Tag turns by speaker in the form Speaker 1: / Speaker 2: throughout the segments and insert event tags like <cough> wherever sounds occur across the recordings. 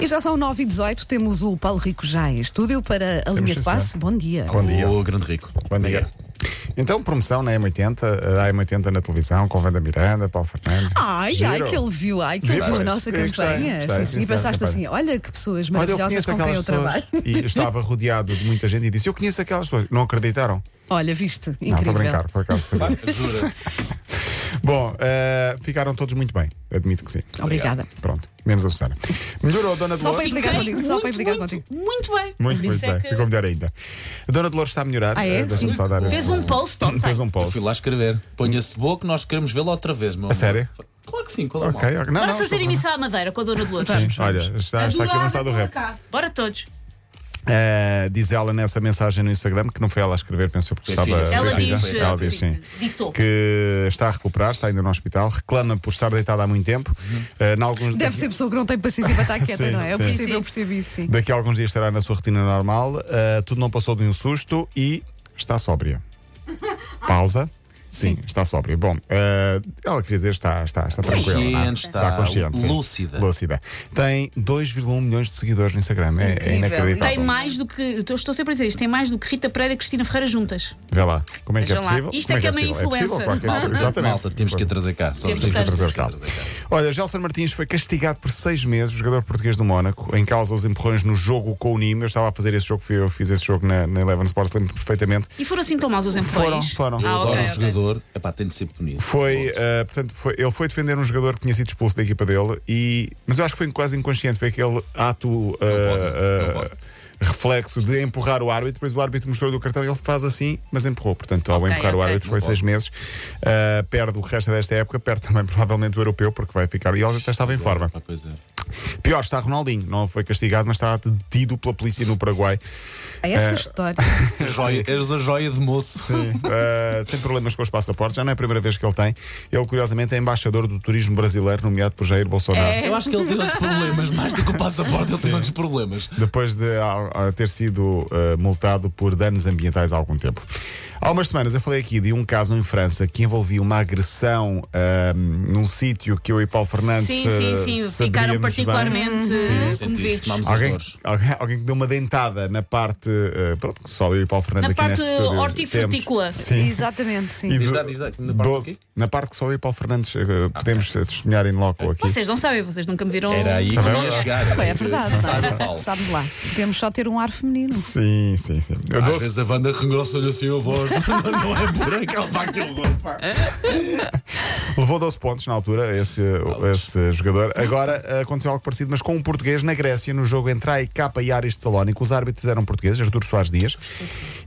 Speaker 1: E já são 9 e 18 temos o Paulo Rico já em estúdio para a linha
Speaker 2: sim,
Speaker 1: de passe.
Speaker 2: senhor.
Speaker 1: Bom dia.
Speaker 2: Bom dia.
Speaker 3: O grande rico.
Speaker 2: Bom dia. Então, promoção na M80, a M80 na televisão, com Vanda Miranda, Paulo Fernandes.
Speaker 1: Ai, ai,
Speaker 2: Giro.
Speaker 1: que ele viu, ai, que ele
Speaker 2: Giro,
Speaker 1: viu a
Speaker 2: pois.
Speaker 1: nossa
Speaker 2: Sim, gostei,
Speaker 1: campanha. sim,
Speaker 2: gostei, sim,
Speaker 1: sim, e
Speaker 2: senhora,
Speaker 1: pensaste assim:
Speaker 2: campanha.
Speaker 1: olha que pessoas
Speaker 2: Olha, eu
Speaker 1: maravilhosas
Speaker 2: conheço
Speaker 1: com quem
Speaker 2: aquelas
Speaker 1: eu
Speaker 2: pessoas
Speaker 1: trabalho.
Speaker 2: e estava rodeado de muita gente e disse: Eu conheço aquelas pessoas. Não acreditaram?
Speaker 1: <laughs> Olha, viste?
Speaker 2: Não, estou
Speaker 1: Incrível.
Speaker 2: a brincar,
Speaker 1: <laughs>
Speaker 2: por acaso. <laughs>
Speaker 3: Jura?
Speaker 2: Bom, eh, ficaram todos muito bem, admito que sim.
Speaker 1: Obrigada.
Speaker 2: Pronto, menos a Susana. Melhorou a Dona
Speaker 1: Só
Speaker 2: Dolores.
Speaker 1: para implicar
Speaker 4: Fiquei
Speaker 1: contigo, só para implicar
Speaker 4: muito,
Speaker 1: contigo.
Speaker 4: Muito bem.
Speaker 2: Muito,
Speaker 4: Mas
Speaker 2: muito
Speaker 4: isso é
Speaker 2: bem,
Speaker 4: que
Speaker 2: ficou melhor ainda. A Dona Dolores está a melhorar.
Speaker 1: Ah, é?
Speaker 2: eh, Deixa-me
Speaker 1: Sim.
Speaker 2: só dar
Speaker 4: Fez um post ontem.
Speaker 2: Fez um
Speaker 3: Eu
Speaker 2: post.
Speaker 3: fui lá escrever. Ponha-se boa que nós queremos vê-la outra vez, meu A
Speaker 2: sério?
Speaker 3: Claro que sim, qual é o
Speaker 2: Ok,
Speaker 3: mal?
Speaker 2: ok. Não,
Speaker 4: Bora
Speaker 2: não,
Speaker 4: fazer
Speaker 2: estou-
Speaker 4: emissão à Madeira com a Dona Dolores.
Speaker 2: Olha, está, está aqui lançado o rap.
Speaker 4: Bora todos.
Speaker 2: Uh, diz ela nessa mensagem no Instagram, que não foi ela a escrever, pensou porque
Speaker 3: Foi a
Speaker 2: estava.
Speaker 3: filha, foi a
Speaker 4: Ela
Speaker 3: filha.
Speaker 4: diz,
Speaker 3: Sim,
Speaker 2: ela
Speaker 4: eh,
Speaker 2: diz
Speaker 4: sim,
Speaker 2: sim.
Speaker 4: ditou.
Speaker 2: Que está a recuperar, está ainda no hospital, reclama por estar deitada há muito tempo. Uh, em alguns
Speaker 1: Deve ser pessoa que não tem paciência para estar quieta,
Speaker 2: <laughs> Sim,
Speaker 1: não é? Eu
Speaker 2: sim.
Speaker 1: percebo,
Speaker 4: Sim.
Speaker 1: eu percebo isso, sim.
Speaker 2: Daqui a alguns dias estará na sua rotina normal, uh, tudo não passou de um susto e está sóbria. Pausa. Sim,
Speaker 1: Sim.
Speaker 2: está sóbria. Bom, uh, ela queria dizer está, está, está tranquila.
Speaker 3: Consciente,
Speaker 2: não é?
Speaker 3: está
Speaker 2: consciente. sim.
Speaker 3: lúcida.
Speaker 2: Lúcida. Tem 2,1 milhões de seguidores no Instagram. É, é
Speaker 1: Incrível.
Speaker 2: inacreditável.
Speaker 4: Tem mais do que. eu Estou sempre a dizer isto. Tem mais do que Rita Pereira e Cristina Ferreira juntas.
Speaker 2: Vê lá, como é que é
Speaker 4: Vejam lá.
Speaker 2: possível?
Speaker 4: Isto
Speaker 2: Como
Speaker 4: é que é
Speaker 2: possível?
Speaker 4: uma
Speaker 2: possível?
Speaker 4: influencer.
Speaker 2: Qualquer pessoa,
Speaker 4: Malta,
Speaker 2: Exatamente.
Speaker 3: Malta, temos que a trazer cá. Só os
Speaker 4: Temos
Speaker 3: dois
Speaker 4: que a
Speaker 2: trazer cá.
Speaker 3: temos que a trazer cá.
Speaker 2: Olha, Gelson Martins foi castigado por seis meses, jogador português do Mónaco, em causa aos empurrões no jogo com o Nîmes. Eu estava a fazer esse jogo, fui- eu fiz esse jogo na, na Eleven Sports, lembro perfeitamente.
Speaker 4: E foram assim tão maus os employees?
Speaker 2: Foram, foram.
Speaker 3: Eu
Speaker 4: Ah,
Speaker 3: adoro
Speaker 4: ok,
Speaker 3: o
Speaker 4: ok.
Speaker 3: jogador. É pá, tem de ser punido.
Speaker 2: Foi, eh, portanto, foi- ele foi defender um jogador que tinha sido expulso da equipa dele, e, mas eu acho que foi quase inconsciente, foi aquele ato eh,
Speaker 3: pode, não
Speaker 2: eh,
Speaker 3: pode.
Speaker 2: reflexo de empurrar o árbitro, depois o árbitro mostrou-lhe o cartão e ele faz assim, mas empurrou. Portanto, ao
Speaker 4: Ok,
Speaker 2: empurrar o
Speaker 4: ok.
Speaker 2: árbitro foi
Speaker 3: Não
Speaker 2: seis
Speaker 3: pode.
Speaker 2: meses, eh, perde o resto desta época, perde também <laughs> provavelmente o europeu, porque vai ficar, e ele até estava em forma.
Speaker 3: Pá, pois é.
Speaker 2: Pior, está Ronaldinho. Não foi castigado, mas está detido pela polícia no
Speaker 3: <laughs>
Speaker 2: Paraguai.
Speaker 1: Essa
Speaker 2: É,
Speaker 1: história.
Speaker 3: A joia- És a joia de moço.
Speaker 2: Uh, tem problemas com os passaportes, já não é a primeira vez que ele tem. Ele, curiosamente, é embaixador do turismo brasileiro, nomeado por Jair Bolsonaro.
Speaker 4: É.
Speaker 3: Eu acho que ele tem outros problemas, mais do que o passaporte, ele tem outros problemas.
Speaker 2: Depois de ah, ah, ter sido ah, multado por danos ambientais há algum tempo. Há umas semanas eu falei aqui de um caso em França que envolvia uma agressão ah, num sítio que eu e Paulo Fernandes.
Speaker 4: Sim, sim,
Speaker 2: ah,
Speaker 4: sim.
Speaker 2: saberíamos
Speaker 4: Ficaram
Speaker 2: bem.
Speaker 4: particularmente eh,
Speaker 3: Sentido,
Speaker 4: comovidos.
Speaker 3: tomámos os
Speaker 2: Alguém,
Speaker 3: dores.
Speaker 2: alguém, alguém que deu uma dentada na parte. ah, pronto, que só eu e Paulo Fernandes
Speaker 4: Na
Speaker 2: aqui
Speaker 4: parte
Speaker 2: neste estúdio
Speaker 4: hortifrutícola.
Speaker 2: temos. Sim.
Speaker 1: Exatamente,
Speaker 2: E
Speaker 1: sim.
Speaker 3: Diz
Speaker 2: do-
Speaker 3: lá, diz lá, na parte Ah,
Speaker 2: doze-
Speaker 3: aqui?
Speaker 2: na parte que só eu e Paulo Fernandes eh, podemos eh, testemunhar em loco aqui.
Speaker 4: Vocês não sabem, vocês nunca me viram.
Speaker 3: Era aí que
Speaker 2: Também
Speaker 3: eu ia
Speaker 2: é
Speaker 3: chegar.
Speaker 1: Bem, é verdade,
Speaker 3: Sabe,
Speaker 1: sabe,
Speaker 3: Paulo.
Speaker 1: sabe de lá. Podemos só ter um ar feminino.
Speaker 2: Sim, sim, sim. Eu
Speaker 3: Às
Speaker 2: dou-
Speaker 3: vezes a Wanda regrossa-lhe assim a voz. <laughs> não é por aquele pá que horror, pá.
Speaker 2: Levou 12 pontos na altura, esse, esse jogador. Agora eh, aconteceu algo parecido, mas com um português na Grécia, no jogo entre a AEK e Ares de Salónica. Os árbitros eram portugueses, Arturo Soares Dias.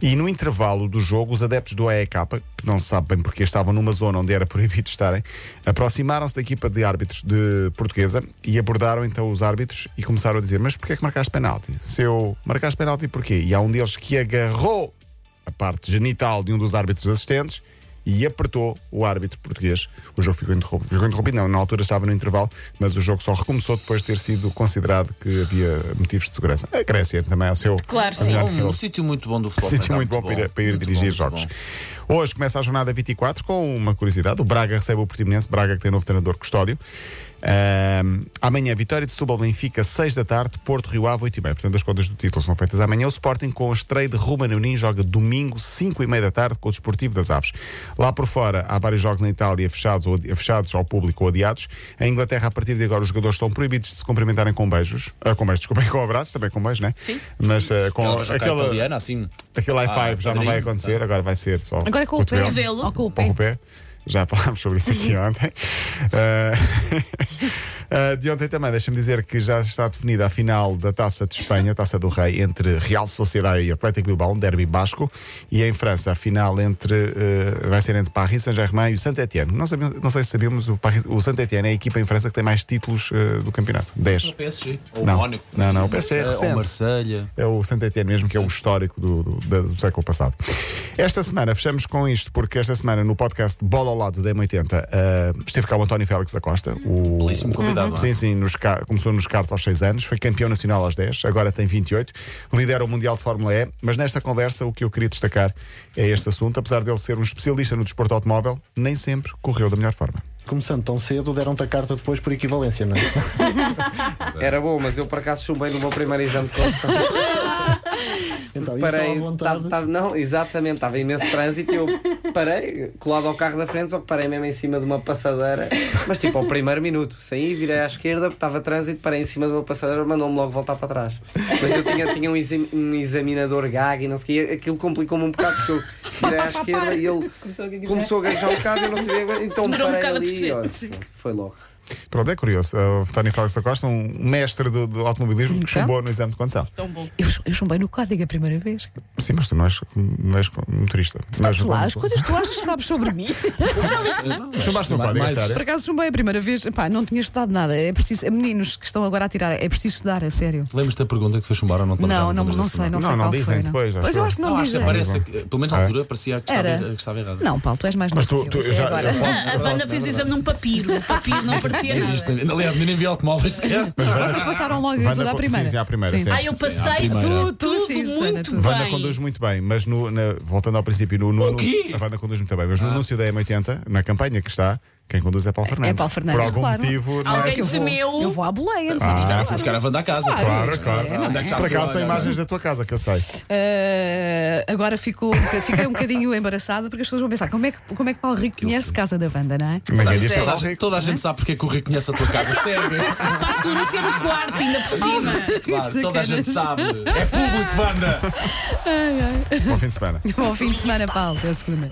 Speaker 2: E no intervalo do jogo, os adeptos do AEK, que não se sabe bem porque estavam numa zona onde era proibido estarem, aproximaram-se da equipa de árbitros de portuguesa e abordaram então os árbitros e começaram a dizer: Mas porquê é que marcaste penalti? Se eu marcaste penalti, porquê? E há um deles que agarrou a parte genital de um dos árbitros assistentes e apertou o árbitro português. O jogo ficou interrompido. Ficou interrompido, não, na altura estava no intervalo, mas o jogo só recomeçou depois de ter sido considerado que havia motivos de segurança. A Grécia também é o seu.
Speaker 4: Claro,
Speaker 2: a
Speaker 4: sim.
Speaker 2: melhor
Speaker 3: Um,
Speaker 2: região.
Speaker 3: um sítio muito bom do futebol.
Speaker 2: Sítio
Speaker 3: pá,
Speaker 2: muito bom, para ir, para ir
Speaker 3: muito
Speaker 2: dirigir
Speaker 3: bom,
Speaker 2: jogos.
Speaker 3: muito
Speaker 2: Hoje começa a jornada 24 com uma curiosidade: o Braga recebe o Portimonense, Braga que tem novo treinador Custódio. Ahm, amanhã, vitória de Setúbal Benfica, 6 da tarde, Porto Rio Ave, 8 e meia. Portanto, as contas do título são feitas amanhã. O Sporting com a estreia de Ruben Amorim joga domingo, 5 e meia da tarde, com o Desportivo das Aves. Lá por fora, há vários jogos na Itália fechados, ou, adi- fechados ao público ou adiados. Em Inglaterra, a partir de agora, os jogadores estão proibidos de se cumprimentarem com beijos. Ah, com beijos, desculpem, <laughs> com abraços, também com beijos, né?
Speaker 4: Sim.
Speaker 2: Mas ah,
Speaker 3: bom.
Speaker 2: com
Speaker 3: Aquela joca italiana, assim.
Speaker 2: Aquele high
Speaker 3: Ah,
Speaker 2: five já não vai
Speaker 3: padrinho,
Speaker 2: acontecer,
Speaker 3: tá.
Speaker 2: agora vai ser só.
Speaker 1: Agora é com o pé.
Speaker 2: um.
Speaker 4: Cotovelo.
Speaker 1: Ou com o
Speaker 2: Com
Speaker 1: pé.
Speaker 2: o pé. Já falámos sobre isso
Speaker 1: <laughs>
Speaker 2: aqui ontem. Eh, <laughs> eh, de ontem também, deixa-me dizer que já está definida a final da Taça de Espanha, Taça do Rei, entre Real Sociedade e Atlético Bilbao, um derby basco. E em França, a final entre, eh, vai ser entre Paris Saint-Germain e o Saint-Etienne. Não, sabíamos- não sei se sabíamos, o, Paris- o Saint-Etienne é a equipa em França que tem mais títulos eh, do campeonato. 10.
Speaker 3: O PSG. Ou
Speaker 2: Não.
Speaker 3: o Mónaco.
Speaker 2: Não, não, o PSG é
Speaker 3: Ou
Speaker 2: recente.
Speaker 3: Marselha.
Speaker 2: É o Santa Etienne mesmo, que é o histórico do, do- da- do século passado. Esta semana, fechamos com isto, porque esta semana no podcast Bola ao Lado da M80 ah, esteve cá o António Félix da Costa, o,
Speaker 3: Belíssimo convidado. Tá bem.
Speaker 2: Sim, sim, nos ca- começou nos karts aos 6 anos, foi campeão nacional aos 10, agora tem 28, lidera o Mundial de Fórmula E, mas nesta conversa o que eu queria destacar é este assunto, apesar dele ser um especialista no desporto automóvel, nem sempre correu da melhor forma.
Speaker 5: Começando tão cedo, deram-te a carta depois por equivalência,
Speaker 6: <laughs>
Speaker 5: não é?
Speaker 6: Era bom, mas eu por acaso chumbei no meu
Speaker 5: <laughs>
Speaker 6: primeiro exame de condução.
Speaker 5: Então,
Speaker 6: parei,
Speaker 5: isto à vontade.
Speaker 6: tava- tava- não, exatamente, estava imenso trânsito e eu parei, colado ao carro da frente, só que parei mesmo em cima de uma passadeira, mas tipo ao primeiro minuto. Saí, virei à esquerda, estava trânsito, parei em cima de uma passadeira, mandou-me logo voltar para trás. Mas eu tinha, tinha um, exam- um examinador gag e não sei o quê, aquilo complicou-me um bocado porque eu
Speaker 4: <laughs>
Speaker 6: virei à esquerda e ele
Speaker 7: Começou a gaguejar.
Speaker 6: começou a gaguejar um bocado e eu não sabia, aguentar, então
Speaker 4: Demorou um
Speaker 6: parei
Speaker 4: bocado a
Speaker 6: ali e
Speaker 4: perceber,
Speaker 6: olha,
Speaker 4: sim.
Speaker 6: foi logo.
Speaker 2: Pronto, é curioso. O António Félix da Costa, um mestre do, do automobilismo, que
Speaker 1: Então?
Speaker 2: chumbou no exame de condução.
Speaker 1: Eu, eu chumbei no código a primeira vez.
Speaker 2: Sim, mas tu não és, não és motorista. Não és
Speaker 1: Sabes lá, as
Speaker 2: motorista.
Speaker 1: coisas que tu achas que sabes sobre
Speaker 2: <laughs>
Speaker 1: mim.
Speaker 2: Chumbaste no código, é
Speaker 3: Mais-
Speaker 2: sério.
Speaker 1: Por acaso chumbei a primeira vez. Epá, não tinha estudado nada. É preciso. Meninos que estão agora a tirar, é preciso estudar, a sério.
Speaker 3: Lembras-te da pergunta que foi chumbar ou não?
Speaker 1: Não,
Speaker 3: Estamos já-
Speaker 1: não,
Speaker 3: estamos
Speaker 1: não
Speaker 3: nesse
Speaker 1: sei, não,
Speaker 3: momento.
Speaker 1: sei
Speaker 2: Não, não
Speaker 1: qual
Speaker 2: dizem
Speaker 1: foi,
Speaker 2: depois, acho
Speaker 1: Pois eu
Speaker 2: eu.
Speaker 1: acho que não,
Speaker 3: Não, acho que
Speaker 1: dizem.
Speaker 3: parece que, pelo menos na
Speaker 2: Ah.
Speaker 3: altura, parecia que estava,
Speaker 1: Era.
Speaker 3: que estava errada.
Speaker 1: Não, Paulo, tu és mais
Speaker 2: Mas
Speaker 1: novo
Speaker 2: tu,
Speaker 1: que
Speaker 2: tu
Speaker 1: eu,
Speaker 2: eu
Speaker 1: isso é
Speaker 2: já.
Speaker 1: agora.
Speaker 2: eu posso-
Speaker 4: Ah, A Wanda fez
Speaker 2: é
Speaker 4: o exame num papiro. O papiro
Speaker 2: <laughs>
Speaker 4: não parecia
Speaker 3: Nem
Speaker 4: nada.
Speaker 3: viste, nem- Aliás, nem vi automóveis sequer.
Speaker 1: Vocês passaram logo
Speaker 2: Wanda
Speaker 1: tudo à
Speaker 2: co-
Speaker 1: primeira.
Speaker 2: Sim, sim, à primeira,
Speaker 1: Sim.
Speaker 2: sim.
Speaker 4: Ah, eu passei
Speaker 3: primeira.
Speaker 4: tudo,
Speaker 1: Tu
Speaker 4: tudo
Speaker 1: sim, Susana,
Speaker 4: muito
Speaker 1: tu.
Speaker 2: Wanda
Speaker 4: bem.
Speaker 2: conduz muito bem, mas no, na- voltando ao princípio, no, no,
Speaker 3: O quê?
Speaker 2: a Wanda conduz muito bem, mas no anúncio da M80, na campanha que está, quem conduz é Paulo Fernandes.
Speaker 1: Paulo Fernandes,
Speaker 2: Por algum
Speaker 1: claro. Ah,
Speaker 2: motivo, não
Speaker 4: Alguém
Speaker 2: é?
Speaker 1: Eu vou,
Speaker 4: Temeu.
Speaker 1: eu vou à boleia,
Speaker 2: Ah,
Speaker 1: não sabes?
Speaker 3: Cara, fui buscar a Wanda à casa.
Speaker 1: Claro,
Speaker 3: pá.
Speaker 1: isto é, não
Speaker 3: Onde é que já
Speaker 2: Por
Speaker 3: se
Speaker 2: acaso são
Speaker 3: olha?
Speaker 2: imagens da tua casa que eu sei.
Speaker 1: Ah, agora ficou, fiquei um bocadinho embaraçada porque as pessoas vão pensar como é que, como é que Paulo Rico conhece Casa da Wanda, não é?
Speaker 2: Ninguém diz que é
Speaker 3: Toda a
Speaker 2: Paulo
Speaker 3: gente-
Speaker 2: Rico.
Speaker 3: Toda a gente sabe porque é que o Rico conhece a tua casa,
Speaker 1: <laughs>
Speaker 3: sério.
Speaker 4: Pá, tu nasceu no quarto, ainda por cima.
Speaker 3: Claro, toda a
Speaker 1: Sacanas.
Speaker 3: gente sabe. É público, Wanda.
Speaker 2: Bom fim de semana.
Speaker 1: Bom fim de semana, Paulo. Até a segunda.